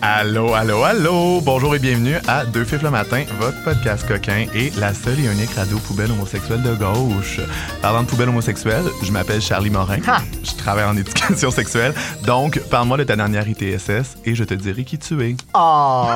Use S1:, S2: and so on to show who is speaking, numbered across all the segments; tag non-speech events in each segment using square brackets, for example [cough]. S1: Allô, allô, allô! Bonjour et bienvenue à Deux Fifs le matin, votre podcast coquin et la seule et unique radio poubelle homosexuelle de gauche. Parlant de poubelle homosexuelle, je m'appelle Charlie Morin. Je travaille en éducation sexuelle. Donc, parle-moi de ta dernière ITSS et je te dirai qui tu es.
S2: Oh!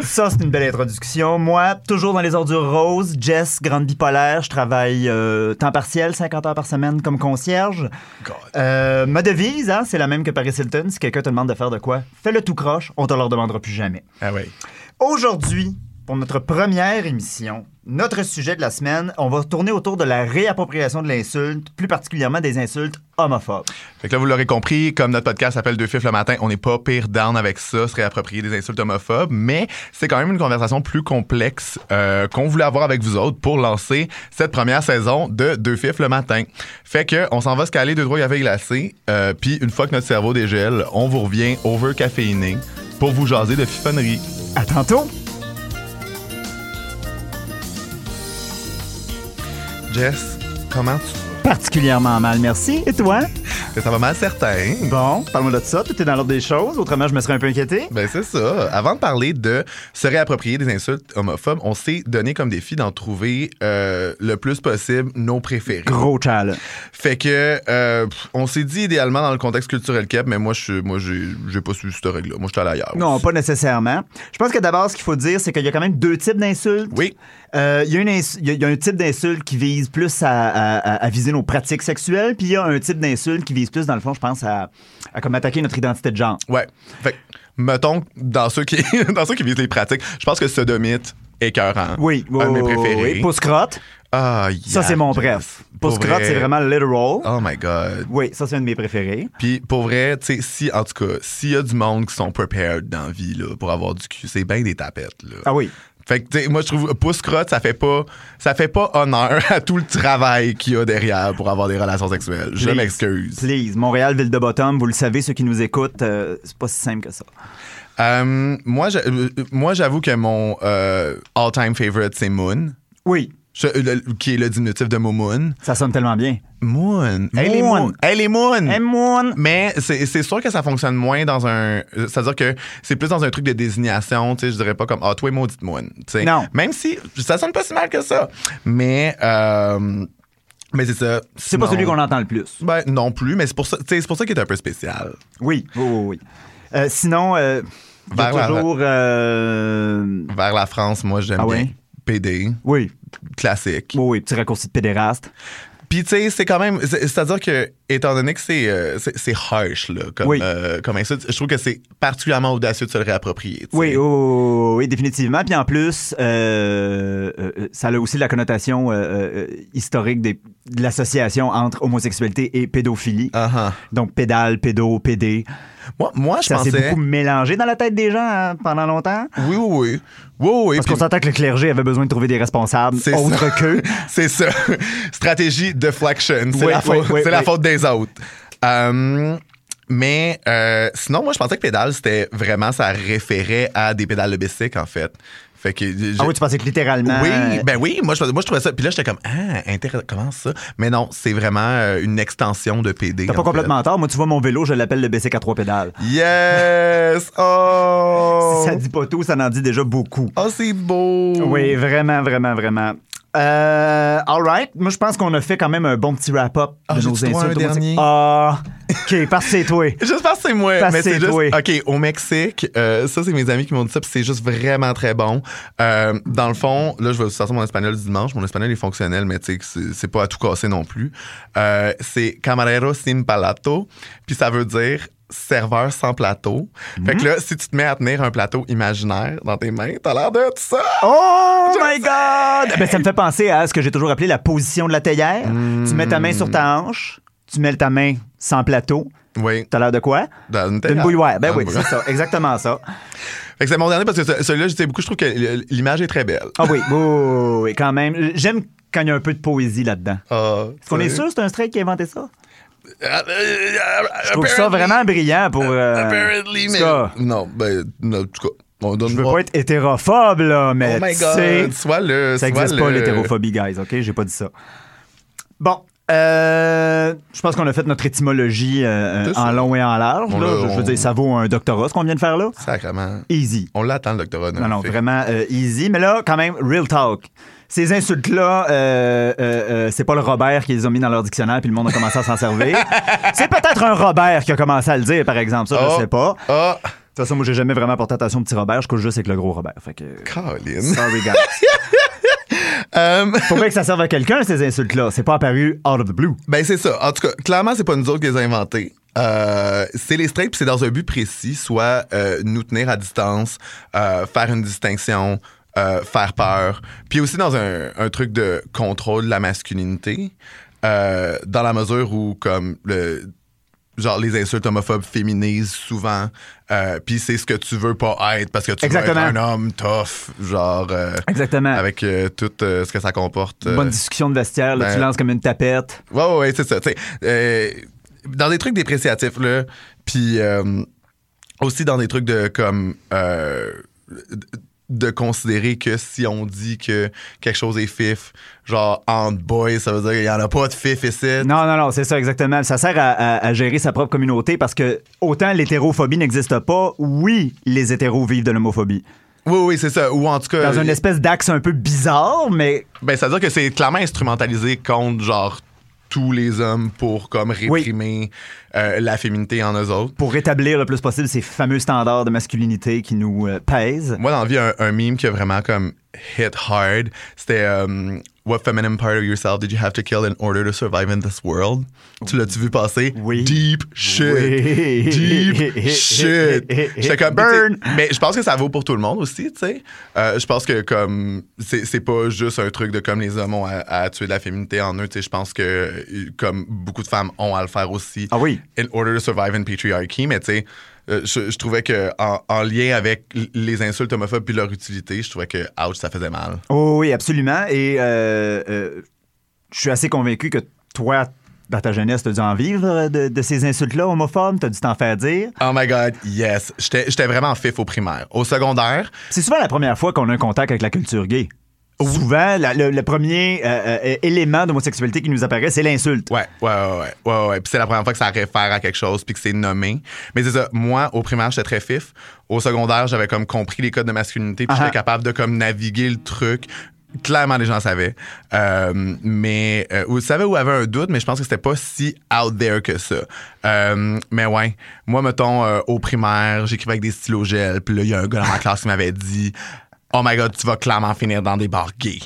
S2: ça, c'est une belle introduction. Moi, toujours dans les ordures roses, Jess, grande bipolaire, je travaille euh, temps partiel, 50 heures par semaine comme concierge.
S1: God.
S2: Euh, ma devise, hein, c'est la même que Paris Hilton. Si quelqu'un te demande de faire de quoi, fais-le tout croche, on te le demandera plus jamais.
S1: Ah ouais.
S2: Aujourd'hui, pour notre première émission, notre sujet de la semaine, on va tourner autour de la réappropriation de l'insulte, plus particulièrement des insultes homophobes.
S1: Fait que là, vous l'aurez compris, comme notre podcast s'appelle Deux fifs le matin, on n'est pas pire down avec ça, se réapproprier des insultes homophobes, mais c'est quand même une conversation plus complexe euh, qu'on voulait avoir avec vous autres pour lancer cette première saison de Deux fifs le matin. Fait que on s'en va se caler deux trois cafés glacés, euh, puis une fois que notre cerveau dégèle, on vous revient over-caféiné pour vous jaser de fifonnerie.
S2: À tantôt!
S1: Jess, comment tu
S2: Particulièrement mal, merci. Et toi?
S1: vas? Ça va mal certain.
S2: Bon, parle-moi de ça, tout est dans l'ordre des choses, autrement je me serais un peu inquiété.
S1: Ben c'est ça. Avant de parler de se réapproprier des insultes homophobes, on s'est donné comme défi d'en trouver euh, le plus possible nos préférés.
S2: Gros challenge.
S1: Fait que euh, pff, on s'est dit idéalement dans le contexte culturel cap, mais moi je suis- moi j'ai j'ai pas su cette règle là. Moi j'étais allé ailleurs.
S2: Non, pas nécessairement. Je pense que d'abord, ce qu'il faut dire, c'est qu'il y a quand même deux types d'insultes.
S1: Oui.
S2: Euh, Il y, a une ins- il y a- il y a un type d'insulte qui vise plus à, à- à- à viser nos pratiques sexuelles, puis il y a un type d'insulte qui vise plus, dans le fond, je pense, à, à comme attaquer notre identité de genre.
S1: Ouais. Fait que, mettons dans ceux qui [laughs] dans ceux qui visent les pratiques, je pense que sodomite écœurant.
S2: Oui,
S1: un de mes préférés.
S2: Pousse-crotte,
S1: Ah,
S2: ça,
S1: yeah,
S2: c'est mon
S1: Jess.
S2: bref.
S1: Pour
S2: Pousse-crotte,
S1: vrai.
S2: c'est vraiment literal.
S1: Oh my god.
S2: Oui, ça, c'est un de mes préférés.
S1: Puis pour vrai, tu sais, si en tout cas, s'il y a du monde qui sont prepared dans la vie là, pour avoir du cul, c'est bien des tapettes là.
S2: Ah oui.
S1: Fait que tu sais, moi je trouve pouce crotte, ça fait pas ça fait pas honneur [laughs] à tout le travail qu'il y a derrière pour avoir des relations sexuelles. Je
S2: Please.
S1: m'excuse.
S2: Please, Montréal, ville de Bottom, vous le savez, ceux qui nous écoutent, euh, c'est pas si simple que ça.
S1: Euh, moi j'a- euh, moi j'avoue que mon euh, all-time favorite c'est Moon.
S2: Oui,
S1: Je- euh, le- qui est le diminutif de Momoon.
S2: ça sonne tellement bien.
S1: Moon. Hey les
S2: Moon.
S1: Moon. Hey les Moon.
S2: Hey, moon.
S1: Mais c'est c'est sûr que ça fonctionne moins dans un. C'est-à-dire que c'est plus dans un truc de désignation, tu sais. Je dirais pas comme Ah, toi, maudite moine. tu sais.
S2: Non.
S1: Même si ça sonne pas si mal que ça. Mais. euh, mais c'est ça.
S2: C'est pas celui qu'on entend le plus.
S1: Ben, non plus, mais c'est pour ça, tu sais, c'est pour ça qu'il est un peu spécial.
S2: Oui, oui, oui. oui. Euh, sinon, euh, il y a
S1: Vers la-
S2: toujours. euh,
S1: Vers la France, moi, j'aime
S2: Ah
S1: bien.
S2: ouais?
S1: PD,
S2: oui,
S1: classique.
S2: oui, oui, petit raccourci de pédéraste.
S1: Puis, tu sais, c'est quand même. c'est- C'est-à-dire que, étant donné que c'est euh, c'est- c'est harsh, là, comme,
S2: Oui.
S1: euh, comme insulte, je trouve que c'est particulièrement audacieux de se le réapproprier. tu sais.
S2: Oui, oh. oui, oui, oui, définitivement. Puis en plus, euh, euh, ça a aussi la connotation euh, euh, historique des- de l'association entre homosexualité et pédophilie.
S1: Ah, ah.
S2: Donc pédale, pédo, pédé.
S1: Moi, moi je
S2: Ça s'est
S1: pensais.
S2: beaucoup mélangé dans la tête des gens hein, pendant longtemps.
S1: Oui, oui, oui. Oui, oui, oui.
S2: Parce
S1: puis-
S2: qu'on s'entend que le clergé avait besoin de trouver des responsables
S1: C'est
S2: autres
S1: ça. [laughs]
S2: qu'eux.
S1: C'est ça. Stratégie deflection. C'est
S2: Oui,
S1: la,
S2: oui,
S1: faute,
S2: oui,
S1: c'est la
S2: oui.
S1: faute des autres. Hum, mais euh, sinon, moi, je pensais que pédale, c'était vraiment, ça référait à des pédales de bicycle, en fait. Fait que. j'ai-
S2: Ah oui, tu pensais que littéralement. euh,
S1: oui, ben oui, moi je, moi, je trouvais ça. Puis là, j'étais comme, ah, intéressant, comment ça? Mais non, c'est vraiment euh, une extension de PD.
S2: T'as
S1: en
S2: pas
S1: fait.
S2: complètement tort. Moi, tu vois, mon vélo, je l'appelle le BC à trois pédales.
S1: Yes! Oh!
S2: [laughs] Si ça dit pas tout, ça en dit déjà beaucoup.
S1: Oh, c'est beau!
S2: Oui, vraiment, vraiment, vraiment. Euh, all right. Moi, je pense qu'on a fait quand même un bon petit wrap-up
S1: Ah,
S2: de
S1: j'ai
S2: nos
S1: dit toi
S2: insultes.
S1: un dernier.
S2: Ah,
S1: [laughs]
S2: OK, parce que c'est toi.
S1: Juste parce que c'est moi.
S2: Parce
S1: mais
S2: que
S1: c'est
S2: c'est
S1: juste.
S2: toi.
S1: OK, au Mexique, euh, ça, c'est mes amis qui m'ont dit ça, puis c'est juste vraiment très bon. Euh, dans le fond, là, je vais vous sortir mon espagnol du dimanche. Mon espagnol est fonctionnel, mais tu sais, que c'est- c'est pas à tout casser non plus. Euh, c'est camarero sin palato, puis ça veut dire serveur sans plateau. Fait
S2: Mm-hmm.
S1: que là, si tu te mets à tenir un plateau imaginaire dans tes mains, t'as l'air de ça!
S2: Oh my God! Ben, ça me fait penser à ce que j'ai toujours appelé la position de la théière. Tu mets ta main sur ta
S1: Hmm.
S2: hanche, tu mets ta main sans plateau.
S1: Oui,
S2: T'as l'air de quoi?
S1: dans une
S2: D'une
S1: terrasse.
S2: bouilloire. Ben
S1: Dans
S2: oui,
S1: une
S2: c'est
S1: bouilloire.
S2: ça, exactement ça.
S1: Fait que c'est mon dernier parce que ce- celui-là, je sais beaucoup, je trouve que l'image est très belle.
S2: Ah oui, oui, oui, oui, quand même. J'aime quand il y a un peu de poésie là-dedans.
S1: Ah,
S2: Est-ce qu'on est
S1: tu-
S2: sûr que c'est un straight qui a inventé ça?
S1: Je
S2: Je trouve ça vraiment brillant pour. euh,
S1: Apparently,
S2: en tout
S1: mais.
S2: cas,
S1: Non, ben, non, en tout cas.
S3: On donne
S2: Je veux
S3: on-
S2: pas être hétérophobe, là, mais
S3: Oh my
S2: tu sais,
S3: God.
S1: Soit le.
S2: ça
S1: soit
S2: n'existe pas
S1: le-
S2: l'hétérophobie, guys, OK? J'ai pas dit ça. Bon, euh, je pense qu'on a fait notre étymologie euh,
S1: C'est
S2: en
S1: ça.
S2: long et en large.
S1: On
S2: là.
S1: l'a-
S2: Je, je veux
S1: on-
S2: dire, ça vaut un doctorat, ce qu'on vient de faire là.
S1: Sacrement.
S2: Easy.
S1: On l'attend, le doctorat.
S2: Non, non,
S1: fait.
S2: vraiment euh, easy. Mais là, quand même, real talk. Ces insultes-là, euh, euh, euh, c'est pas le Robert qui les a mis dans leur dictionnaire puis le monde a commencé à s'en
S1: [laughs]
S2: servir. C'est peut-être un Robert qui a commencé à le dire, par exemple. Ça,
S1: Oh.
S2: je sais pas. De toute
S1: Ah,
S2: façon, moi, j'ai jamais vraiment porté attention au petit Robert. Je couche juste avec le gros Robert. Fait que...
S1: Colin.
S2: Sorry, guys.
S1: [laughs] Euh,
S2: Faut bien que ça serve à quelqu'un, ces insultes-là. C'est pas apparu out of the blue.
S1: Ben, c'est ça. En tout cas, clairement, c'est pas nous autres qui les avons inventés. Euh, c'est les straight, puis c'est dans un but précis, soit euh, nous tenir à distance, euh, faire une distinction, euh, faire peur, puis aussi dans un, un truc de contrôle de la masculinité, euh, dans la mesure où, comme, le, genre, les insultes homophobes féminisent souvent, euh, puis c'est ce que tu veux pas être, parce que tu
S2: Exactement.
S1: veux être un homme tough, genre, euh,
S2: Exactement.
S1: avec euh, tout euh, ce que ça comporte. euh,
S2: Bonne discussion de vestiaire, là,
S1: ben-
S2: tu lances comme une tapette.
S1: Ouais, ouais, ouais, c'est ça. tu sais, euh, dans des trucs dépréciatifs, là, puis euh, aussi dans des trucs de comme. euh, de- de considérer que si on dit que quelque chose est fif, genre and boy, ça veut dire qu'il n'y en a pas de fif ici.
S2: Non, non, non, c'est ça, exactement. Ça sert à, à- à gérer sa propre communauté parce que autant l'hétérophobie n'existe pas, oui, les hétéros vivent de l'homophobie.
S1: Oui, oui, c'est ça. Ou en tout cas.
S2: Dans une espèce d'axe un peu bizarre, mais
S1: Ben, ça veut dire que c'est clairement instrumentalisé contre, genre, tous les hommes pour, comme, réprimer euh, la féminité en eux autres.
S2: pour rétablir le plus possible ces fameux standards de masculinité qui nous euh, pèsent.
S1: Moi, dans la vie, un, un meme qui a vraiment comme hit hard, c'était euh, What feminine part of yourself did you have to kill in order to survive in this world? Tu l'as-tu vu passer?
S2: Oui.
S1: Deep shit.
S2: Oui.
S1: [laughs] Deep shit. J'étais comme,
S2: Burn.
S1: tu sais, Mais je pense que ça vaut pour tout le monde aussi, tu sais. Euh, je pense que comme c'est c'est pas juste un truc de comme les hommes ont à, à tuer de la féminité en eux, tu sais. Je pense que euh, comme beaucoup de femmes ont à le faire aussi
S2: Ah oui.
S1: in order to survive in patriarchy, mais tu sais, euh, je, je trouvais que en, en lien avec l- les insultes homophobes puis leur utilité, je trouvais que ouch, ça faisait mal.
S2: Oh oui, absolument. Et euh, euh, je suis assez convaincu que toi, dans ta jeunesse, t'as dû en vivre euh, de, de ces insultes-là homophobes, t'as dû t'en faire dire.
S1: Oh my god, yes, j'étais j'étais vraiment fif au primaire. Au secondaire,
S2: C'est souvent la première fois qu'on a un contact avec la culture gay. Souvent, la- le, le premier euh, euh, élément d'homosexualité qui nous apparaît, c'est l'insulte.
S1: ouais, ouais, ouais, ouais, ouais, ouais. Puis c'est la première fois que ça réfère à quelque chose puis que c'est nommé. Mais c'est ça, moi au primaire, j'étais très fif. Au secondaire, j'avais comme compris les codes de masculinité puis
S2: Ah ah.
S1: j'étais capable de comme naviguer le truc. Clairement, les gens savaient. Euh, mais euh, vous savez où avait un doute, mais je pense que c'était pas si out there que ça. Euh, mais ouais, moi, mettons, euh, au primaire, j'écrivais avec des stylos gel, puis là, il y a un gars dans
S2: [laughs]
S1: ma classe qui m'avait dit Oh my god, tu vas clairement finir dans des bars gays.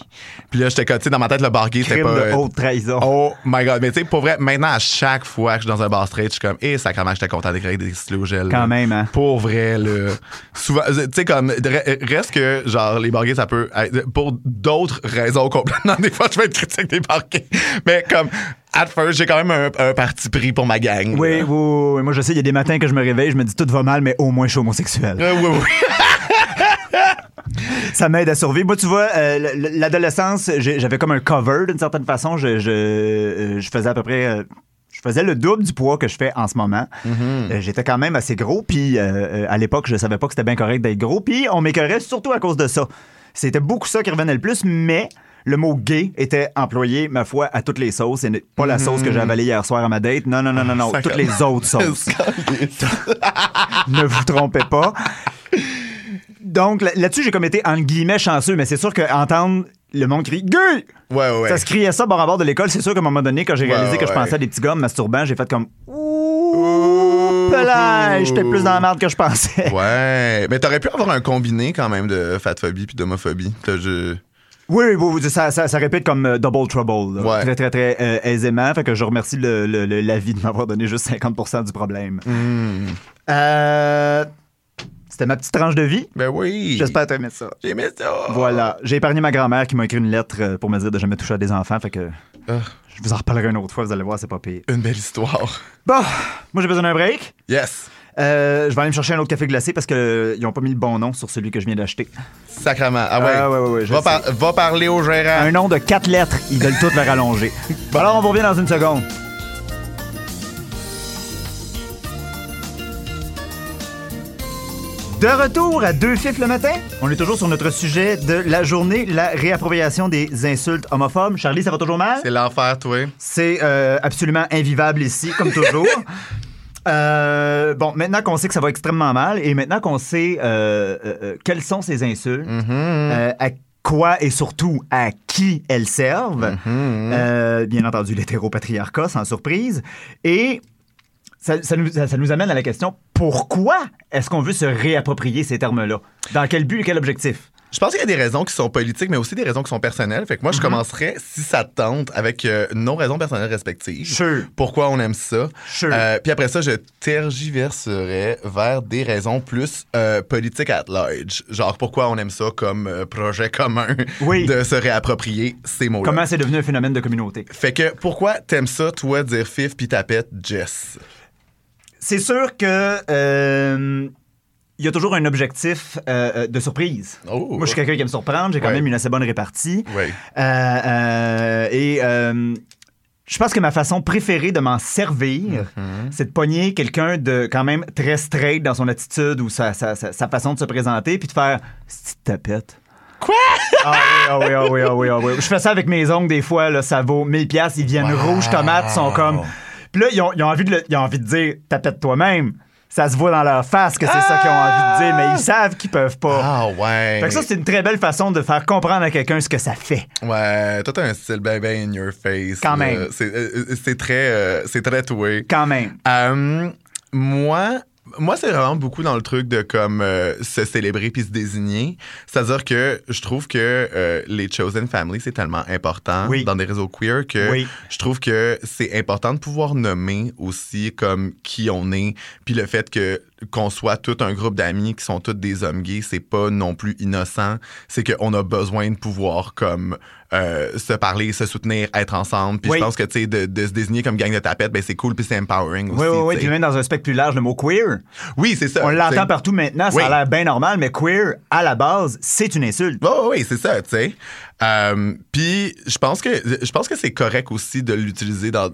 S1: Puis là, j'étais comme, tu sais, dans ma tête, le bar gay, c'était
S2: Crime
S1: pas.
S2: de
S1: euh,
S2: haute trahison.
S1: Oh my god. Mais tu sais, pour vrai, maintenant, à chaque fois que je suis dans un bar straight, je suis comme, eh, sacrément, j'étais content d'écrire avec des stylos gel.
S2: Quand
S1: là.
S2: même, hein.
S1: Pour vrai, là. Souvent, euh, tu sais, comme, re- reste que, genre, les barguets, ça peut être- pour d'autres raisons complètement. [laughs] Des fois, je vais être critique des barguets. Mais comme, at first, j'ai quand même un, un parti pris pour ma gang.
S2: Oui, oui,
S1: là.
S2: oui, oui. Moi, je sais, il y a des matins que je me réveille, je me dis tout va mal, mais au moins je suis homosexuel.
S1: Euh, oui, oui.
S2: Ça m'aide à survivre. Moi, tu vois, euh, l- l- l'adolescence, j'ai- j'avais comme un cover d'une certaine façon. Je, je, euh, je faisais à peu près. euh, je faisais le double du poids que je fais en ce moment. Euh, J'étais quand même assez gros, puis euh, euh, à l'époque, je savais pas que c'était bien correct d'être gros, puis on m'écœurait surtout à cause de ça. C'était beaucoup ça qui revenait le plus, mais le mot gay était employé, ma foi, à toutes les sauces, et n- pas la sauce que j'ai avalée hier soir à ma date. Non, non, non, non, non,
S1: Ça
S2: toutes les autres
S1: [laughs]
S2: sauces. ne vous trompez pas. Donc là- là-dessus, j'ai comme été entre guillemets chanceux, mais c'est sûr qu'entendre le monde crier Gueule!
S1: Ouais, ouais, ouais.
S2: Ça se criait ça bord à bord de l'école. C'est sûr qu'à un moment donné, quand j'ai réalisé que je
S1: ouais.
S2: pensais à des petits gars me masturbant, j'ai fait comme Ouh, là, j'étais plus dans la merde que je pensais.
S1: Ouais. Mais t'aurais pu avoir un combiné, quand même, de fatphobie puis d'homophobie. T'as juste.
S2: Oui, oui, oui, ça, ça, ça répète comme euh, Double Trouble, là.
S1: Ouais.
S2: très, très, très euh, aisément. Fait que je remercie le, le- le- la vie de m'avoir donné juste 50 du problème.
S1: Mm.
S2: Hmm. Euh, C'était ma petite tranche de vie.
S1: Ben oui.
S2: J'espère que tu aimé ça.
S1: J'ai aimé ça.
S2: Voilà, j'ai épargné ma grand-mère qui m'a écrit une lettre euh, pour me dire de jamais toucher à des enfants, fait que
S1: Ah,
S2: je vous en reparlerai une autre fois, vous allez voir, c'est pas pire.
S1: une belle histoire.
S2: Bon, moi j'ai besoin d'un break.
S1: Yes.
S2: Euh, je vais aller me chercher un autre café glacé parce qu'ils n'ont pas mis le bon nom sur celui que je viens d'acheter.
S1: Sacrement. Ah ouais.
S2: Ah ouais, ouais, ouais, je
S1: va,
S2: sais.
S1: par- va parler au gérant.
S2: Un nom de quatre lettres, ils veulent toutes le rallonger. Bon, alors on vous revient dans une seconde. De retour à Deux Fifs le matin, on est toujours sur notre sujet de la journée, la réappropriation des insultes homophobes. Charlie, ça va toujours mal?
S1: C'est l'enfer, toi.
S2: C'est euh, absolument invivable ici, comme toujours. Euh, bon, maintenant qu'on sait que ça va extrêmement mal et maintenant qu'on sait euh, euh, euh, quelles sont ces insultes,
S1: Mhm. Mm-hmm.
S2: euh, à quoi et surtout à qui elles servent,
S1: Mm-hmm.
S2: euh, bien entendu l'hétéropatriarcat, sans surprise, et ça, ça nous, ça- ça nous amène à la question pourquoi est-ce qu'on veut se réapproprier ces termes-là Dans quel but et quel objectif
S1: Je pense qu'il y a des raisons qui sont politiques, mais aussi des raisons qui sont personnelles. Fait que moi,
S2: Mhm.
S1: je commencerais, si ça te tente, avec euh, nos raisons personnelles respectives.
S2: Sure.
S1: Pourquoi on aime ça.
S2: Sure.
S1: Euh, puis après ça, je tergiverserais vers des raisons plus euh, politiques at large. Genre, pourquoi on aime ça comme euh, projet commun
S2: Oui.
S1: de se réapproprier ces mots-là.
S2: Comment c'est devenu un phénomène de communauté
S1: Fait que pourquoi t'aimes ça, toi, dire fif puis tapette, Jess?
S2: C'est sûr que euh, il y a toujours un objectif euh, euh, de surprise.
S1: Oh.
S2: Moi, je suis quelqu'un qui aime surprendre. J'ai quand
S1: Ouais.
S2: même une assez bonne répartie.
S1: Ouais.
S2: Euh, euh, et euh, je pense que ma façon préférée de m'en servir,
S1: Mhm.
S2: c'est de pogner quelqu'un de quand même très straight dans son attitude ou sa, sa- sa- sa façon de se présenter, puis de faire petite tapette.
S1: Quoi?
S2: Ah oui, ah oui, ah oui, ah oui, ah oui. Je fais ça avec mes ongles des fois, là, ça vaut 1000 piastres, ils viennent
S1: Wow.
S2: rouges tomates, ils sont comme... Puis là, ils ont, ils ont envie, de le- ils ont envie de dire « tapette toi-même ». Ça se voit dans leur face que c'est ça qu'ils ont envie de dire, mais ils savent qu'ils peuvent pas.
S1: Ah ouais.
S2: Fait que ça, c'est une très belle façon de faire comprendre à quelqu'un ce que ça fait.
S1: Ouais, toi t'as un style ben ben in your face.
S2: Quand
S1: là.
S2: même.
S1: C'est euh, c'est très, euh, c'est très toué.
S2: Quand même.
S1: Euh, moi, moi c'est vraiment beaucoup dans le truc de comme euh, se célébrer puis se désigner. C'est-à-dire que je trouve que euh, les chosen family c'est tellement important
S2: Oui.
S1: dans des réseaux queer que
S2: Oui.
S1: je trouve que c'est important de pouvoir nommer aussi comme qui on est, puis le fait que qu'on soit tout un groupe d'amis qui sont tous des hommes gays, c'est pas non plus innocent. C'est qu'on a besoin de pouvoir comme euh, se parler, se soutenir, être ensemble. Puis
S2: Oui.
S1: je pense que tu sais de, de se désigner comme gang de tapettes, ben c'est cool puis c'est empowering aussi.
S2: Oui, oui, oui.
S1: tu
S2: Puis
S1: sais.
S2: même dans un spectre plus large, le mot queer,
S1: Oui, c'est ça.
S2: on
S1: tu sais.
S2: l'entend partout maintenant, ça
S1: Oui.
S2: a l'air bien normal, mais queer, à la base, c'est une insulte.
S1: Oui, oui, c'est ça, tu sais. Euh, Puis je pense que je pense que c'est correct aussi de l'utiliser dans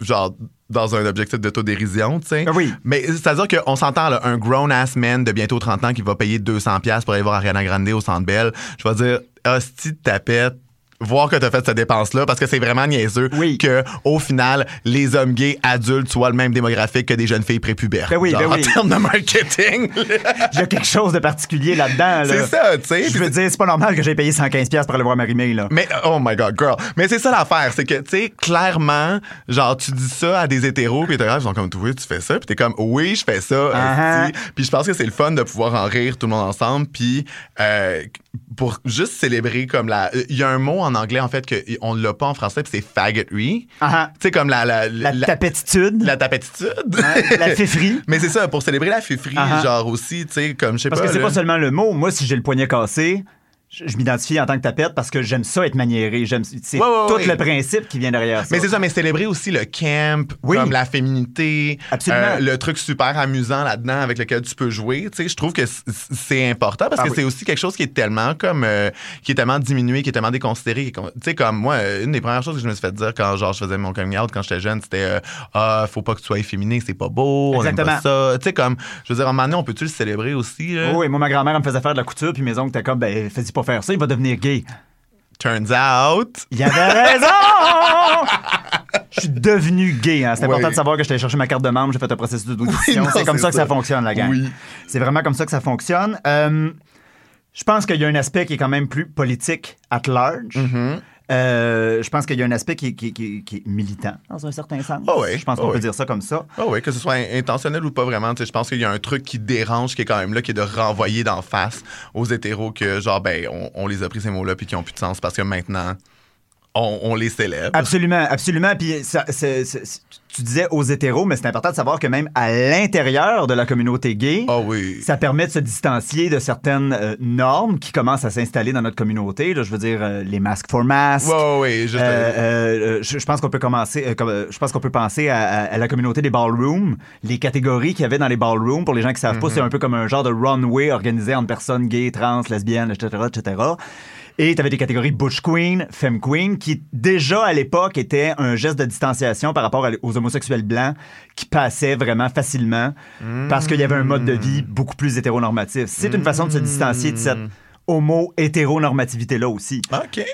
S1: genre dans un objectif d'autodérision, tu sais.
S2: Ah oui.
S1: Mais c'est-à-dire qu'on s'entend, là, un grown-ass man de bientôt 30 ans qui va payer 200$ pour aller voir Ariana Grande au Centre Bell, je vais dire, hostie de tapette, voir que t'as fait cette dépense-là, parce que c'est vraiment niaiseux
S2: Oui.
S1: que, au final, les hommes gays adultes soient le même démographique que des jeunes filles prépubères.
S2: Ben oui, ben
S1: Genre,
S2: oui.
S1: En termes de
S2: [laughs]
S1: marketing,
S2: Il y a quelque chose de particulier là-dedans. Là.
S1: c'est ça, tu sais.
S2: Je
S1: Puis
S2: veux dire, c'est pas normal que j'ai payé 115$ pour aller voir Marie-May, là.
S1: Mais oh my god, girl. Mais c'est ça l'affaire, c'est que tu sais clairement, genre tu dis ça à des hétéros puis t'es là, ils sont comme oui, tu fais ça, puis t'es comme oui, je fais ça.
S2: Ah
S1: esti. Puis je pense que c'est le fun de pouvoir en rire tout le monde ensemble puis euh, pour juste célébrer comme la il y a un mot en anglais en fait que on l'a pas en français puis c'est fagotry.
S2: Ah ah.
S1: Tu sais comme la la
S2: La, tapetitude,
S1: la tapetitude.
S2: hein,
S1: [laughs]
S2: la fifferie.
S1: Mais c'est ça pour célébrer la fifferie,
S2: Ah ah.
S1: genre aussi, tu sais comme je sais pas.
S2: Parce que c'est
S1: là.
S2: pas seulement le mot. Moi, si j'ai le poignet cassé, je, je m'identifie en tant que tapette parce que j'aime ça être maniéré. J'aime, c'est
S1: Ouais, ouais,
S2: tout
S1: ouais.
S2: le principe qui vient derrière ça.
S1: Mais c'est ça, mais célébrer aussi le camp,
S2: Oui.
S1: comme la féminité, euh,
S2: Absolument.
S1: le truc super amusant là-dedans avec lequel tu peux jouer. Tu sais, je trouve que c- c'est important parce
S2: Ah
S1: que
S2: oui.
S1: c'est aussi quelque chose qui est tellement comme euh, qui est tellement diminué, qui est tellement déconsidéré. qui est con- Tu sais, comme moi, euh, une des premières choses que je me suis fait dire quand genre je faisais mon coming out quand j'étais jeune, c'était euh, ah faut pas que tu sois efféminé, c'est pas beau, on aime pas
S2: Exactement.
S1: ça. Tu sais comme je veux dire, à un moment donné, on peut-tu le célébrer aussi là?
S2: Oui, moi, ma grand-mère, elle me faisait faire de la couture, puis mes oncles étaient comme, ben, fais-y pas faire ça, il va devenir gay.
S1: Turns out.
S2: Il avait raison! Je suis devenu gay. Hein. C'est
S1: Ouais.
S2: important de savoir que j'étais chercher ma carte de membre, j'ai fait un processus
S1: [laughs]
S2: d'audition.
S1: non,
S2: c'est comme
S1: c'est
S2: ça, que
S1: ça.
S2: ça fonctionne, la gang.
S1: Oui.
S2: C'est vraiment comme ça que ça fonctionne. Euh, je pense qu'il y a un aspect qui est quand même plus politique at large.
S1: Mm-hmm.
S2: Euh, je pense qu'il y a un aspect qui, qui- qui- qui est militant, dans un certain sens.
S1: Ah ouais,
S2: Je pense
S1: ah
S2: qu'on peut
S1: ouais.
S2: dire ça comme ça.
S1: Ah oui, que ce soit in- intentionnel ou pas vraiment, tu sais, je pense qu'il y a un truc qui dérange, qui est quand même là, qui est de renvoyer d'en face aux hétéros que, genre, ben, on, on les a pris ces mots-là puis qui ont plus de sens parce que maintenant, on, on les célèbre.
S2: Absolument, absolument. Puis ça- c'est- c'est- c'est- tu disais aux hétéros, mais c'est important de savoir que même à l'intérieur de la communauté gay,
S1: Ah oui.
S2: Ça permet de se distancier de certaines euh, normes qui commencent à s'installer dans notre communauté. Là, je veux dire, euh, les masques for masques.
S1: Ouais, ouais, ouais, juste.
S2: Euh, euh, euh, je, je pense qu'on peut commencer, euh, comme, euh, je pense qu'on peut penser à, à- à la communauté des ballrooms, les catégories qu'il y avait dans les ballrooms. Pour les gens qui savent pas, c'est un peu comme un genre de runway organisé entre personnes gays, trans, lesbiennes, etc., etc. Et tu avais des catégories Butch Queen, Femme Queen, qui déjà à l'époque était un geste de distanciation par rapport à- aux homosexuels blancs qui passaient vraiment facilement parce qu'il y avait un mode de vie beaucoup plus hétéronormatif. C'est une façon de se distancier de cette homo-hétéronormativité-là aussi.
S1: OK.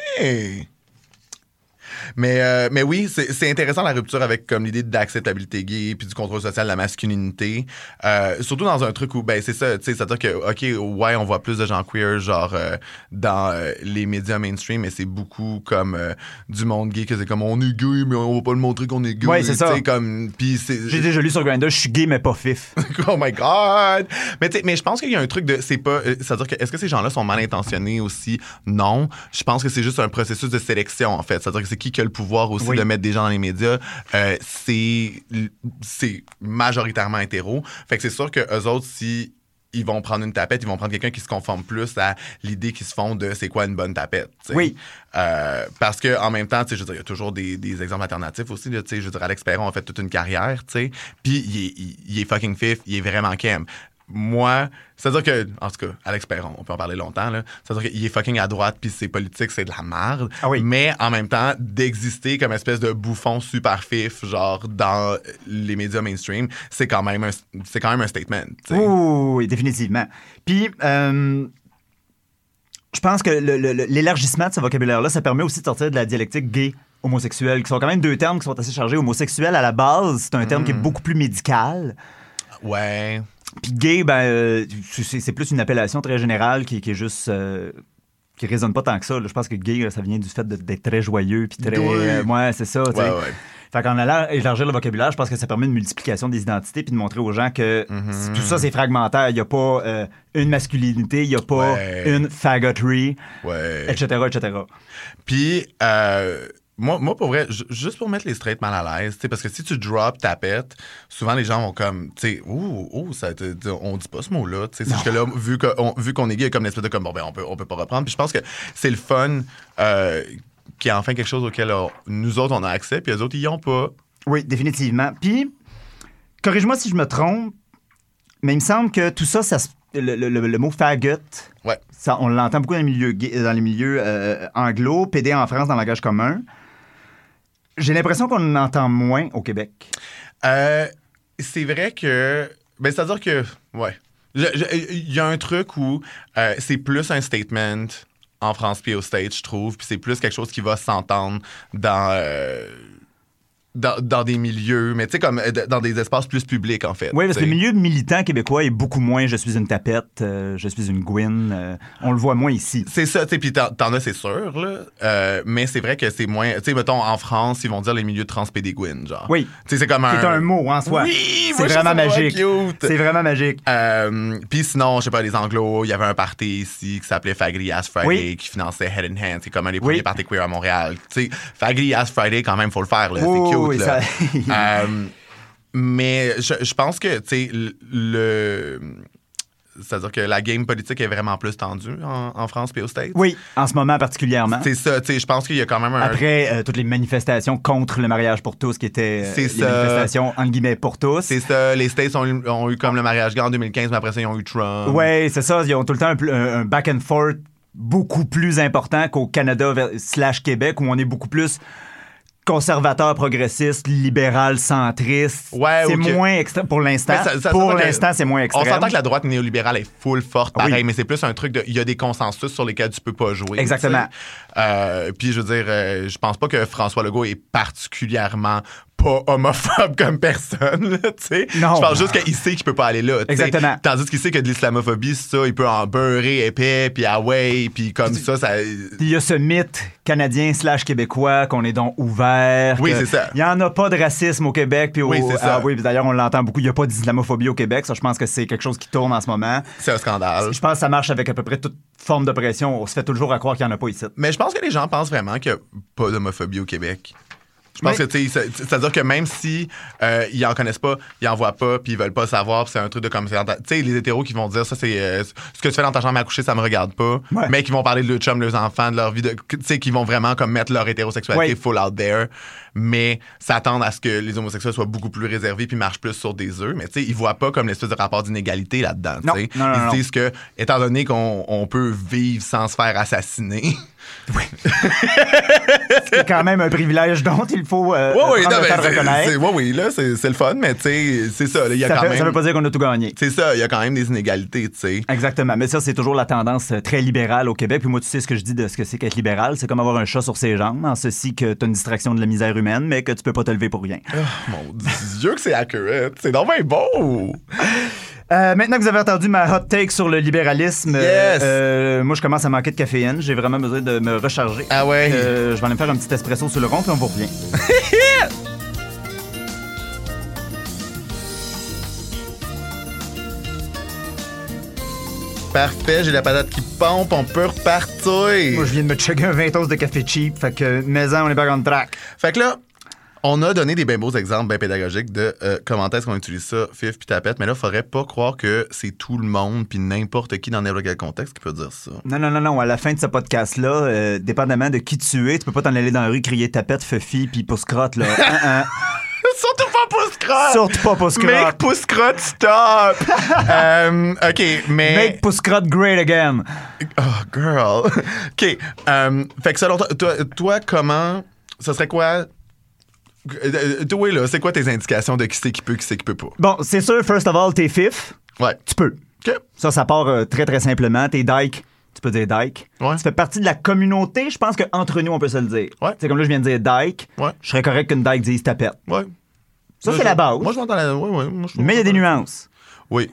S1: Mais, euh, mais oui, c'est c'est intéressant la rupture avec comme l'idée d'acceptabilité gay puis du contrôle social de la masculinité. Euh, surtout dans un truc où, ben, c'est ça, tu sais, c'est-à-dire que, OK, ouais, on voit plus de gens queer, genre, euh, dans euh, les médias mainstream, mais c'est beaucoup comme euh, du monde gay que c'est comme on est gay, mais on va pas le montrer qu'on est gay.
S2: Ouais, c'est
S1: tu
S2: ça.
S1: sais, Comme, puis c'est-
S2: J'ai déjà lu sur Grindr, je suis gay mais pas fif.
S1: [laughs] oh my god! Mais, tu sais, mais je pense qu'il y a un truc de. C'est pas. euh, C'est-à-dire que est-ce que ces gens-là sont mal intentionnés aussi? Non. Je pense que c'est juste un processus de sélection, en fait. C'est-à-dire que c'est qui qui a le pouvoir aussi
S2: Oui.
S1: de mettre des gens dans les médias? Euh, c'est. C'est majoritairement hétéro. Fait que c'est sûr que eux autres, si. Ils vont prendre une tapette, ils vont prendre quelqu'un qui se conforme plus à l'idée qu'ils se font de c'est quoi une bonne tapette. tu sais.
S2: Oui.
S1: Euh, parce que en même temps, tu sais, je veux dire, il y a toujours des, des exemples alternatifs aussi. Là, tu sais, je veux dire, Alex Perron a fait toute une carrière, tu sais, puis il est, il- il est fucking fif, il est vraiment cam. Moi, c'est-à-dire que, en tout cas, Alex Perron, on peut en parler longtemps, là, c'est-à-dire qu'il est fucking à droite, puis ses politiques, c'est de la merde.
S2: Ah oui.
S1: Mais en même temps, d'exister comme espèce de bouffon super fif, genre, dans les médias mainstream, c'est quand même un, c'est quand même un statement, tu sais.
S2: Ouh, oui, définitivement. Puis, euh, je pense que le- le- le- l'élargissement de ce vocabulaire-là, ça permet aussi de sortir de la dialectique gay homosexuel, qui sont quand même deux termes qui sont assez chargés. Homosexuel, à la base, c'est un terme qui est beaucoup plus médical.
S1: Ouais.
S2: Puis gay, ben, euh, c'est c'est plus une appellation très générale qui, qui est juste... euh, qui résonne pas tant que ça. là. Je pense que gay, euh, ça vient du fait de- d'être très joyeux, puis très...
S1: Oui.
S2: euh, ouais, c'est ça. tu
S1: Ouais,
S2: sais.
S1: ouais.
S2: Fait qu'en allant élargir le vocabulaire, je pense que ça permet une multiplication des identités puis de montrer aux gens que
S1: Mm-hmm.
S2: c- tout ça, c'est fragmentaire. Il n'y a pas euh, une masculinité, il n'y a pas
S1: Ouais.
S2: une faggotry,
S1: Ouais.
S2: etc., etc.
S1: Puis, euh, moi, moi, pour vrai, ju- juste pour mettre les straights mal à l'aise, tu sais, parce que si tu drop ta pète, souvent les gens vont comme, tu sais, ouh, ouh, ça, te- te- on dit pas ce mot-là, tu sais. C'est juste que là, vu que- on- vu qu'on est gay, il y a comme l'espèce de comme, bon, ben, on peut, on peut pas reprendre. Puis je pense que c'est le fun euh, qui est enfin quelque chose auquel on- nous autres, on a accès, puis les autres, ils y ont pas.
S2: Oui, définitivement. Puis, corrige-moi si je me trompe, mais il me semble que tout ça, ça se- le, le- le- le mot faggot,
S1: Ouais.
S2: ça, on l'entend beaucoup dans les milieux, gay- dans les milieux euh, anglo, PD en France, dans le langage commun. J'ai l'impression qu'on en entend moins au Québec.
S1: Euh, c'est vrai que. Ben, c'est-à-dire que. Ouais. Je- je- Il y a un truc où euh, c'est plus un statement en France puis au States, je trouve, puis c'est plus quelque chose qui va s'entendre dans. euh, dans, dans des milieux, mais tu sais, comme euh, d- dans des espaces plus publics, en fait.
S2: Oui, parce que le
S1: tu sais.
S2: milieu militant québécois est beaucoup moins je suis une tapette, euh, je suis une Gwyn. euh, on le voit moins ici.
S1: C'est ça, tu sais, puis t'en t'en as, c'est sûr, là. Euh, mais c'est vrai que c'est moins. Tu sais, mettons, en France, ils vont dire les milieux transpédéguines, genre.
S2: Oui.
S1: Tu sais, c'est comme un.
S2: C'est un mot en soi.
S1: Oui, moi,
S2: c'est
S1: je
S2: vraiment
S1: trouve ça
S2: magique.
S1: cute.
S2: C'est vraiment magique.
S1: Euh, Puis sinon, je sais pas, les Anglo, il y avait un party ici qui s'appelait Fagri Ass Friday
S2: Oui.
S1: qui finançait Head and Hand. C'est comme un des
S2: Oui.
S1: premiers parties queer à Montréal. Tu sais, Fagri Ass Friday, quand même, faut le faire. là.
S2: Oui,
S1: c'est cute.
S2: oui,
S1: là.
S2: ça- [laughs]
S1: Euh, mais je, je pense que, tu sais, le- le. C'est-à-dire que la game politique est vraiment plus tendue en, en France et aux States.
S2: Oui, en ce moment particulièrement.
S1: C'est ça, tu sais, je pense qu'il y a quand même un.
S2: Après euh, toutes les manifestations contre le mariage pour tous, qui étaient euh,
S1: C'est
S2: les
S1: ça.
S2: manifestations entre guillemets pour tous.
S1: C'est ça, les States ont, eu- ont eu comme le mariage gay en 2015, mais après ça, ils ont eu Trump.
S2: Ouais, c'est ça. Ils ont tout le temps un, pl- un- un back and forth beaucoup plus important qu'au Canada vers- slash Québec où on est beaucoup plus conservateur, progressiste, libéral, centriste.
S1: Ouais,
S2: c'est
S1: ok.
S2: moins extrême pour l'instant.
S1: Mais ça- ça-
S2: pour
S1: ça- ça-
S2: l'instant, c'est moins extrême.
S1: On s'entend que la droite néolibérale est full forte,
S2: Ah oui.
S1: pareil, mais c'est plus un truc de. Il y a des consensus sur lesquels tu peux pas jouer.
S2: Exactement.
S1: tu sais. Euh, puis je veux dire, euh, je pense pas que François Legault est particulièrement pas homophobe [laughs] comme personne, là, tu sais. Je
S2: Non.
S1: pense juste qu'il sait qu'il peut pas aller là. tu sais.
S2: Exactement.
S1: Tandis qu'il sait que de l'islamophobie, ça, il peut en beurrer épais, puis ah ouais, puis comme ça, ça.
S2: Il y a ce mythe canadien slash québécois qu'on est donc ouvert.
S1: Oui,
S2: que
S1: c'est ça.
S2: Il n'y en a pas de racisme au Québec. Puis au-
S1: Oui, c'est ça.
S2: Ah oui, puis d'ailleurs, on l'entend beaucoup. Il n'y a pas d'islamophobie au Québec. Ça, je pense que c'est quelque chose qui tourne en ce moment.
S1: C'est un scandale.
S2: Je pense que ça marche avec à peu près toute forme de pression. On se fait toujours à croire qu'il n'y en a pas ici.
S1: Mais je pense que les gens pensent vraiment qu'il n'y a pas d'homophobie au Québec. Je pense
S2: Mais-
S1: que, tu sais, c'est- c'est-à-dire que même si euh, ils en connaissent pas, ils en voient pas, puis ils veulent pas savoir, puis c'est un truc de comme. c'est dans ta- Tu sais, les hétéros qui vont dire ça, c'est euh, ce que tu fais dans ta chambre à coucher, ça me regarde pas.
S2: Ouais.
S1: Mais qui vont parler de leurs chums, leurs enfants, de leur vie, de- tu sais, qui vont vraiment comme mettre leur hétérosexualité
S2: Ouais.
S1: full out there, mais s'attendent à ce que les homosexuels soient beaucoup plus réservés puis marchent plus sur des œufs. Mais tu sais, ils voient pas comme l'espèce de rapport d'inégalité là-dedans. tu
S2: Non,
S1: sais.
S2: non, non,
S1: ils
S2: non.
S1: se disent que, étant donné qu'on on peut vivre sans se faire assassiner.
S2: C'est quand même un privilège [laughs] dont il faut euh,
S1: Ouais,
S2: prendre
S1: ouais, non,
S2: le
S1: ben,
S2: temps de
S1: c'est- c'est-
S2: reconnaître.
S1: ouais, oui, là, c'est c'est le fun, mais tu sais, c'est ça. là, Il y a
S2: Ça
S1: quand
S2: fait- ça
S1: même.
S2: veut pas dire qu'on a tout gagné.
S1: C'est ça, il y a quand même des inégalités, tu sais.
S2: Exactement. Mais ça, c'est toujours la tendance euh, très libérale au Québec. Puis moi, tu sais ce que je dis de ce que c'est qu'être libéral. C'est comme avoir un chat sur ses jambes, en ceci que t'as une distraction de la misère humaine, mais que tu peux pas te lever pour rien.
S1: Mon [laughs] Dieu, que c'est accurate. C'est donc bien beau.
S2: Euh, maintenant que vous avez entendu ma hot take sur le libéralisme, euh,
S1: Yes.
S2: euh, moi, je commence à manquer de caféine. J'ai vraiment besoin de me recharger.
S1: Ah ouais.
S2: Euh, je vais aller me faire un petit espresso sur le rond, puis on vous revient.
S1: Parfait, j'ai la patate qui pompe, on peut repartir.
S2: Moi, je viens de me chugger un 20 de café cheap. Fait que, maison, on est pas on track.
S1: Fait que là, on a donné des bien beaux exemples bien pédagogiques de euh, comment est-ce qu'on utilise ça, fif puis tapette, mais là, faudrait pas croire que c'est tout le monde puis n'importe qui dans n'importe quel contexte qui peut dire ça.
S2: Non, non, non, non. À la fin de ce podcast-là, euh, dépendamment de qui tu es, tu peux pas t'en aller dans la rue crier tapette, fuffy, puis pousse crotte, là. Hein, hein.
S1: [laughs] Surtout pas pour ce crâne!
S2: Surtout pas pousse
S1: Make
S2: crotte.
S1: pouce crotte stop! [laughs] Euh, ok, mais.
S2: Make pousse crotte great again.
S1: Oh, girl! [laughs] ok, euh, fait que selon toi, toi, toi, comment. Ce serait quoi. Euh, Toi, là, c'est quoi tes indications de qui c'est qui peut, qui c'est qui peut pas?
S2: Bon, c'est sûr, first of all, t'es fif,
S1: Ouais.
S2: tu peux.
S1: Ok.
S2: Ça, ça part euh, très, très simplement. T'es dyke, tu peux dire dyke.
S1: Ouais.
S2: Tu fais partie de la communauté, je pense qu'entre nous, on peut se le dire.
S1: Ouais.
S2: C'est comme là, je viens de dire dyke.
S1: Ouais.
S2: Je serais correct qu'une dyke dise tapette.
S1: Ouais.
S2: Ça,
S1: Là,
S2: c'est
S1: je-
S2: la base.
S1: Moi, je m'entends la. Ouais, ouais, moi, je-
S2: Mais il y a des nuances.
S1: Oui.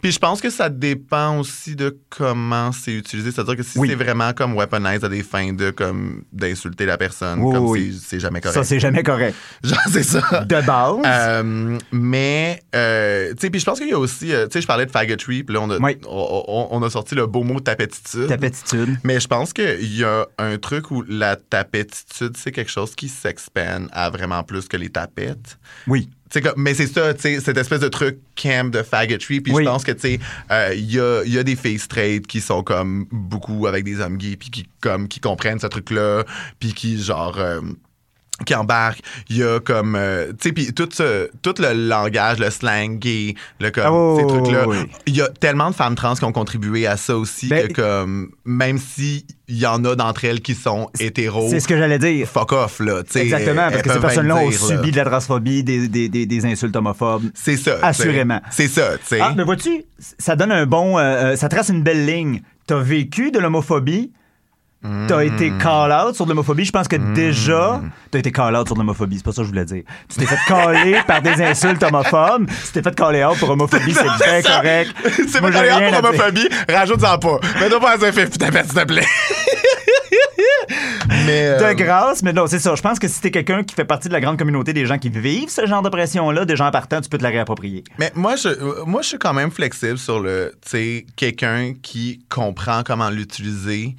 S1: Puis je pense que ça dépend aussi de comment c'est utilisé. C'est-à-dire que si
S2: Oui.
S1: c'est vraiment comme weaponized à des fins de comme d'insulter la personne,
S2: Oui,
S1: comme
S2: oui,
S1: si c'est jamais
S2: Ça,
S1: correct.
S2: c'est jamais correct.
S1: [laughs] Genre, c'est ça.
S2: De base.
S1: Euh, mais, euh, tu sais, puis je pense qu'il y a aussi, euh, tu sais, je parlais de faggotry, puis là, on a,
S2: Oui.
S1: on, on- on a sorti le beau mot tapétitude.
S2: Tapetitude.
S1: Mais je pense qu'il y a un truc où la tapétitude, c'est quelque chose qui s'expande à vraiment plus que les tapettes.
S2: Oui.
S1: Tu sais, comme- mais c'est ça, tu sais, cette espèce de truc camp de faggotry. Puis
S2: Oui.
S1: je pense que, tu sais, euh, il y, a, il y a des filles straight qui sont comme beaucoup avec des hommes gays, puis qui, comme, qui comprennent ce truc-là, puis qui, genre, euh, qui embarquent. Il y a comme, euh, tu sais, puis tout, ce- tout le langage, le slang gay, le comme,
S2: Ah oui,
S1: ces
S2: oui,
S1: trucs-là.
S2: oui, oui.
S1: Il y a tellement de femmes trans qui ont contribué à ça aussi,
S2: Ben,
S1: que comme, même s'il y en a d'entre elles qui sont hétéros,
S2: C'est ce que j'allais dire.
S1: fuck off, là, tu sais.
S2: Exactement,
S1: elles
S2: parce que ces
S1: peuvent
S2: personnes-là
S1: bien
S2: ont
S1: le dire, là.
S2: subi de la transphobie, des, des, des, des insultes homophobes.
S1: C'est ça. tu sais.
S2: Assurément.
S1: C'est ça, tu sais.
S2: Ah, mais vois-tu, ça donne un bon. euh, euh, ça trace une belle ligne. T'as vécu de l'homophobie,
S1: Hmm.
S2: t'as été call-out sur de l'homophobie. Je pense que déjà, t'as été call-out sur de l'homophobie, c'est pas ça que je voulais dire. Tu t'es fait
S1: [laughs]
S2: caller par des insultes homophobes, tu t'es fait caller out pour homophobie, c'est bien
S1: ça.
S2: correct.
S1: [laughs] [laughs] C'est
S2: Moi,
S1: pas
S2: j'ai rien
S1: rien
S2: à
S1: pour
S2: dire.
S1: homophobie, rajoute-en pas. Mets-toi pas à un fif, putain, s'il te plaît. [laughs] mais. euh,
S2: De grâce, mais non, c'est ça. Je pense que si t'es quelqu'un qui fait partie de la grande communauté des gens qui vivent ce genre de pression-là, des gens partant, tu peux te la réapproprier.
S1: Mais moi je, euh, moi, je suis quand même flexible sur le. Tu sais, quelqu'un qui comprend comment l'utiliser,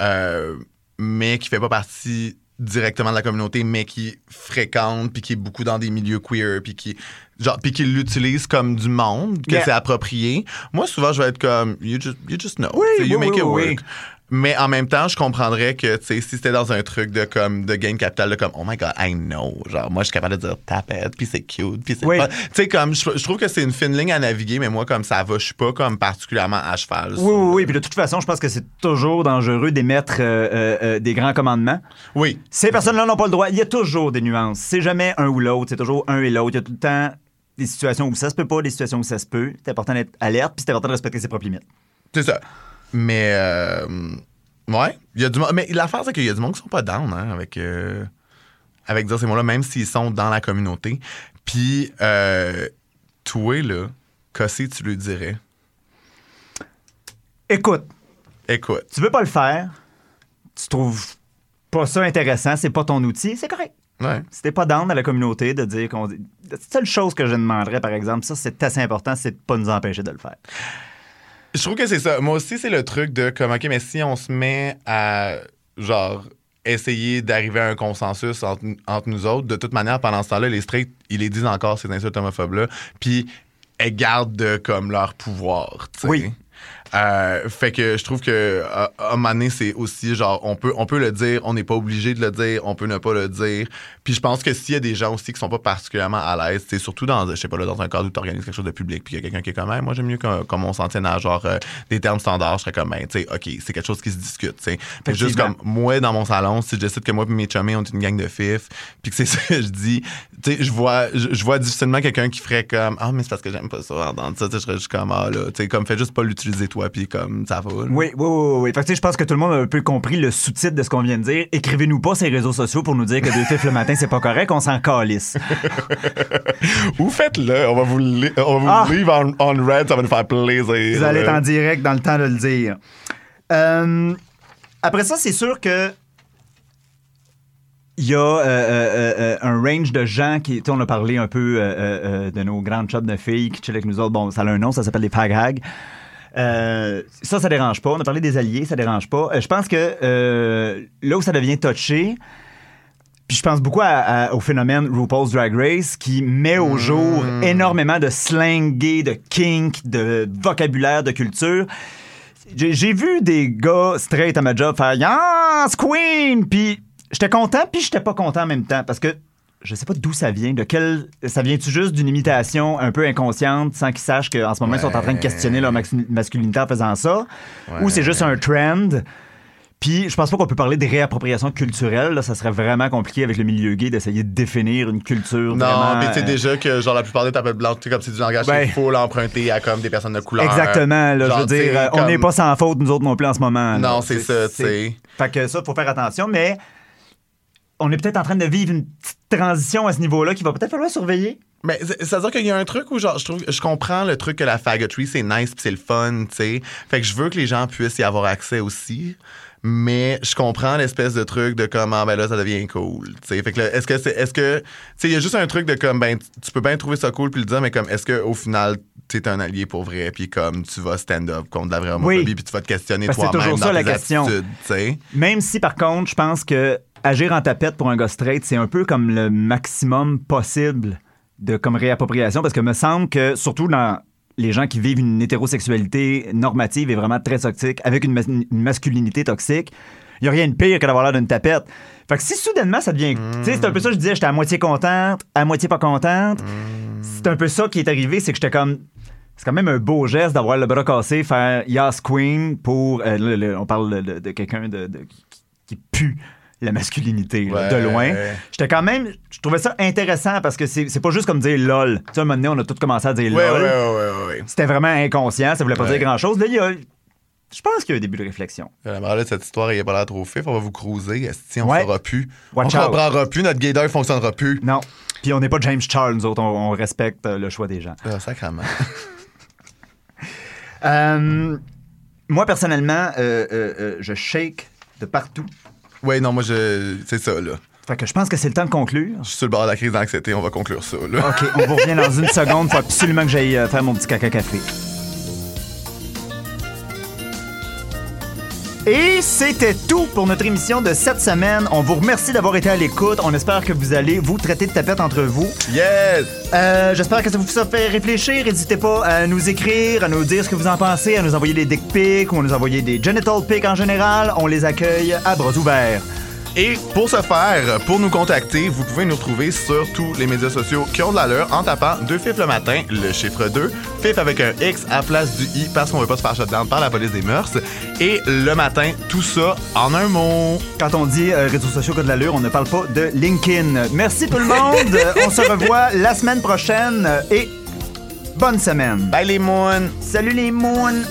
S1: euh, mais qui fait pas partie directement de la communauté, mais qui fréquente, puis qui est beaucoup dans des milieux queer, puis qui. Genre, puis qui l'utilise comme du monde, que
S2: Yeah.
S1: c'est approprié. Moi, souvent, je vais être comme, you just, you just know.
S2: Oui,
S1: Tu sais, you
S2: oui,
S1: make
S2: oui,
S1: it
S2: oui,
S1: work.
S2: oui.
S1: Mais en même temps, je comprendrais que, tu sais, si c'était dans un truc de comme de gain de capital, de comme, oh my god, I know. Genre, moi, je suis capable de dire tapette, puis c'est cute, puis c'est
S2: Oui.
S1: fun. Tu sais, comme, je, je trouve que c'est une fine ligne à naviguer, mais moi, comme ça va, je suis pas comme particulièrement à cheval. sur-
S2: Oui, oui, oui. Puis de toute façon, je pense que c'est toujours dangereux d'émettre euh, euh, euh, des grands commandements.
S1: Oui.
S2: Ces personnes-là n'ont pas le droit. Il y a toujours des nuances. C'est jamais un ou l'autre. C'est toujours un et l'autre. Il y a tout le temps des situations où ça se peut pas, des situations où ça se peut. C'est important d'être alerte, puis c'est important de respecter ses propres limites.
S1: C'est ça. Mais, euh, ouais. Il y a du monde. Mais l'affaire, c'est qu'il y a du monde qui sont pas down, hein, avec, euh, avec dire ces mots-là, même s'ils sont dans la communauté. Puis, euh, toi, là, Cossé, tu lui dirais,
S2: Écoute,
S1: écoute.
S2: tu veux pas le faire, tu trouves pas ça intéressant, c'est pas ton outil, c'est correct.
S1: Ouais.
S2: Si t'es pas down à la communauté de dire qu'on. La seule chose que je demanderais, par exemple, ça c'est assez important, c'est de pas nous empêcher de le faire.
S1: Je trouve que c'est ça. Moi aussi, c'est le truc de comme, OK, mais si on se met à, genre, essayer d'arriver à un consensus entre, entre nous autres. De toute manière, pendant ce temps-là, les straights, ils les disent encore, ces insultes homophobes-là, puis elles gardent euh, comme leur pouvoir. tu sais.
S2: Oui.
S1: Euh, fait que je trouve que à, à un moment donné, c'est aussi genre on peut on peut le dire, on n'est pas obligé de le dire, on peut ne pas le dire. Puis je pense que s'il y a des gens aussi qui sont pas particulièrement à l'aise, c'est surtout dans je sais pas là dans un cadre où tu organises quelque chose de public, puis il y a quelqu'un qui est comme Hey, moi j'aime mieux qu'on- comme on s'en tienne à genre euh, des termes standards, je serais comme ben, tu sais OK, c'est quelque chose qui se discute, tu sais. Fait que juste
S2: Effectivement.
S1: comme moi dans mon salon, si je décide que moi et mes chummies on est une gang de fif, puis que c'est [laughs] ça que je dis, tu sais je vois je, je vois difficilement quelqu'un qui ferait comme ah mais c'est parce que j'aime pas ça entendre ça, tu sais, je serais juste comme ah là, tu sais comme fais juste pas l'utiliser toi puis comme ça va. là.
S2: Oui, oui, oui, oui. Fait que, tu sais, je pense que tout le monde a un peu compris le sous-titre de ce qu'on vient de dire. Écrivez-nous pas ces réseaux sociaux pour nous dire que deux fifs le matin, c'est pas correct, on s'en calisse.
S1: Ou faites-le, on va vous li- on va vous
S2: Ah!
S1: leave on, on red, ça va nous faire plaisir.
S2: Vous allez
S1: euh,
S2: être en direct dans le temps de le dire. Euh, après ça, c'est sûr que il y a euh, euh, euh, un range de gens qui. tu sais, on a parlé un peu euh, euh, euh, de nos grandes shops de filles qui chillent avec nous autres. Bon, ça a un nom, ça s'appelle les fag hags. Euh, ça, ça dérange pas. On a parlé des alliés, ça dérange pas. Euh, je pense que euh, là où ça devient touché, puis je pense beaucoup à- à- au phénomène RuPaul's Drag Race qui met au jour énormément de slang gay, de kink, de vocabulaire, de culture. J'ai j'ai vu des gars straight à ma job faire Yes, Queen! Puis j'étais content, puis j'étais pas content en même temps parce que je sais pas d'où ça vient, de quel. Ça vient-tu juste d'une imitation un peu inconsciente sans qu'ils sachent qu'en ce moment ils sont en train de questionner leur maxi- masculinité en faisant ça? Ou c'est juste un trend? Puis, je pense pas qu'on peut parler de réappropriation culturelle. Là. Ça serait vraiment compliqué avec le milieu gay d'essayer de définir une culture.
S1: Non,
S2: vraiment,
S1: mais tu sais
S2: euh,
S1: déjà que genre la plupart des tables blanches, tu sais, comme c'est du langage
S2: Ouais.
S1: qu'il faut l'emprunter à comme des personnes de couleur.
S2: Exactement. Là,
S1: Genre,
S2: je veux
S1: tu
S2: dire,
S1: sais,
S2: euh, on
S1: comme-
S2: n'est pas sans faute, nous autres non plus, en ce moment. là.
S1: Non, c'est ça, tu sais.
S2: Fait que ça, faut faire attention, mais on est peut-être en train de vivre une petite transition à ce niveau-là qu'il va peut-être falloir surveiller.
S1: Mais c'est- c'est-à-dire qu'il y a un truc où genre je trouve je comprends le truc que la faggotry c'est nice puis c'est le fun, tu sais. Fait que je veux que les gens puissent y avoir accès aussi. Mais je comprends l'espèce de truc de comme ah ben là ça devient cool, tu sais. Fait que là, est-ce que c'est est-ce que tu sais il y a juste un truc de comme ben tu peux bien trouver ça cool puis le dire mais comme est-ce que au final t'es un allié pour vrai puis comme tu vas stand up contre la vraie homophobie puis tu vas te questionner
S2: Parce que c'est
S1: toi-même
S2: toujours
S1: dans
S2: ça, la
S1: tes
S2: question.
S1: attitudes, tu sais.
S2: Même si, par contre, je pense que agir en tapette pour un gars straight, c'est un peu comme le maximum possible de comme réappropriation, parce que me semble que, surtout dans les gens qui vivent une hétérosexualité normative et vraiment très toxique, avec une, mas- une masculinité toxique, il n'y a rien de pire que d'avoir l'air d'une tapette. Fait que si soudainement ça devient... Tu sais, c'est un peu ça que je disais, j'étais à moitié contente, à moitié pas contente. C'est un peu ça qui est arrivé, c'est que j'étais comme... C'est quand même un beau geste d'avoir le bras cassé, faire Yas Queen pour. euh, le- le- on parle de, de quelqu'un de, de- qui, qui pue la masculinité là,
S1: Ouais.
S2: de loin. J'étais quand même. Je trouvais ça intéressant parce que c'est c'est pas juste comme dire lol. Tu sais, à un moment donné, on a tous commencé à dire
S1: Ouais, ouais,
S2: lol.
S1: ouais, ouais, ouais.
S2: C'était vraiment inconscient, ça voulait pas
S1: Ouais.
S2: dire grand chose. Là, il y a. Je pense qu'il y a un début de réflexion.
S1: La morale de cette histoire, il a pas l'air trop fif. On va vous cruiser. Esti, on
S2: Ouais.
S1: saura plus.
S2: Watch
S1: on
S2: out.
S1: comprendra plus. Notre gaydar fonctionnera plus.
S2: Non. Puis on n'est pas James Charles, nous autres, on, on respecte euh, le choix des gens.
S1: Ah, sacrement.
S2: Euh, moi, personnellement, euh, euh, euh, je shake de partout.
S1: [laughs] ouais, non, moi, je. C'est ça, là.
S2: Fait que je pense que c'est le temps de conclure.
S1: Je suis sur le bord de la crise d'anxiété. On va conclure ça, là.
S2: OK, on vous revient dans une seconde. Faut absolument que j'aille euh, faire mon petit caca café. Et c'était tout pour notre émission de cette semaine. On vous remercie d'avoir été à l'écoute. On espère que vous allez vous traiter de tapette entre vous.
S1: Yes!
S2: Euh, J'espère que ça vous a fait réfléchir. N'hésitez pas à nous écrire, à nous dire ce que vous en pensez, à nous envoyer des dick pics ou à nous envoyer des genital pics en général. On les accueille à bras ouverts.
S1: Et pour ce faire, pour nous contacter, vous pouvez nous retrouver sur tous les médias sociaux qui ont de l'allure en tapant deux fifs le matin, le chiffre 2, fif avec un X à place du I parce qu'on veut pas se faire shutdown par la police des mœurs. Et le matin, tout ça en un mot.
S2: Quand on dit euh, réseaux sociaux que de l'allure, on ne parle pas de LinkedIn. Merci tout le monde.
S1: [laughs]
S2: Euh, on se revoit la semaine prochaine euh, et bonne semaine.
S1: Bye les moines!
S2: Salut les moons.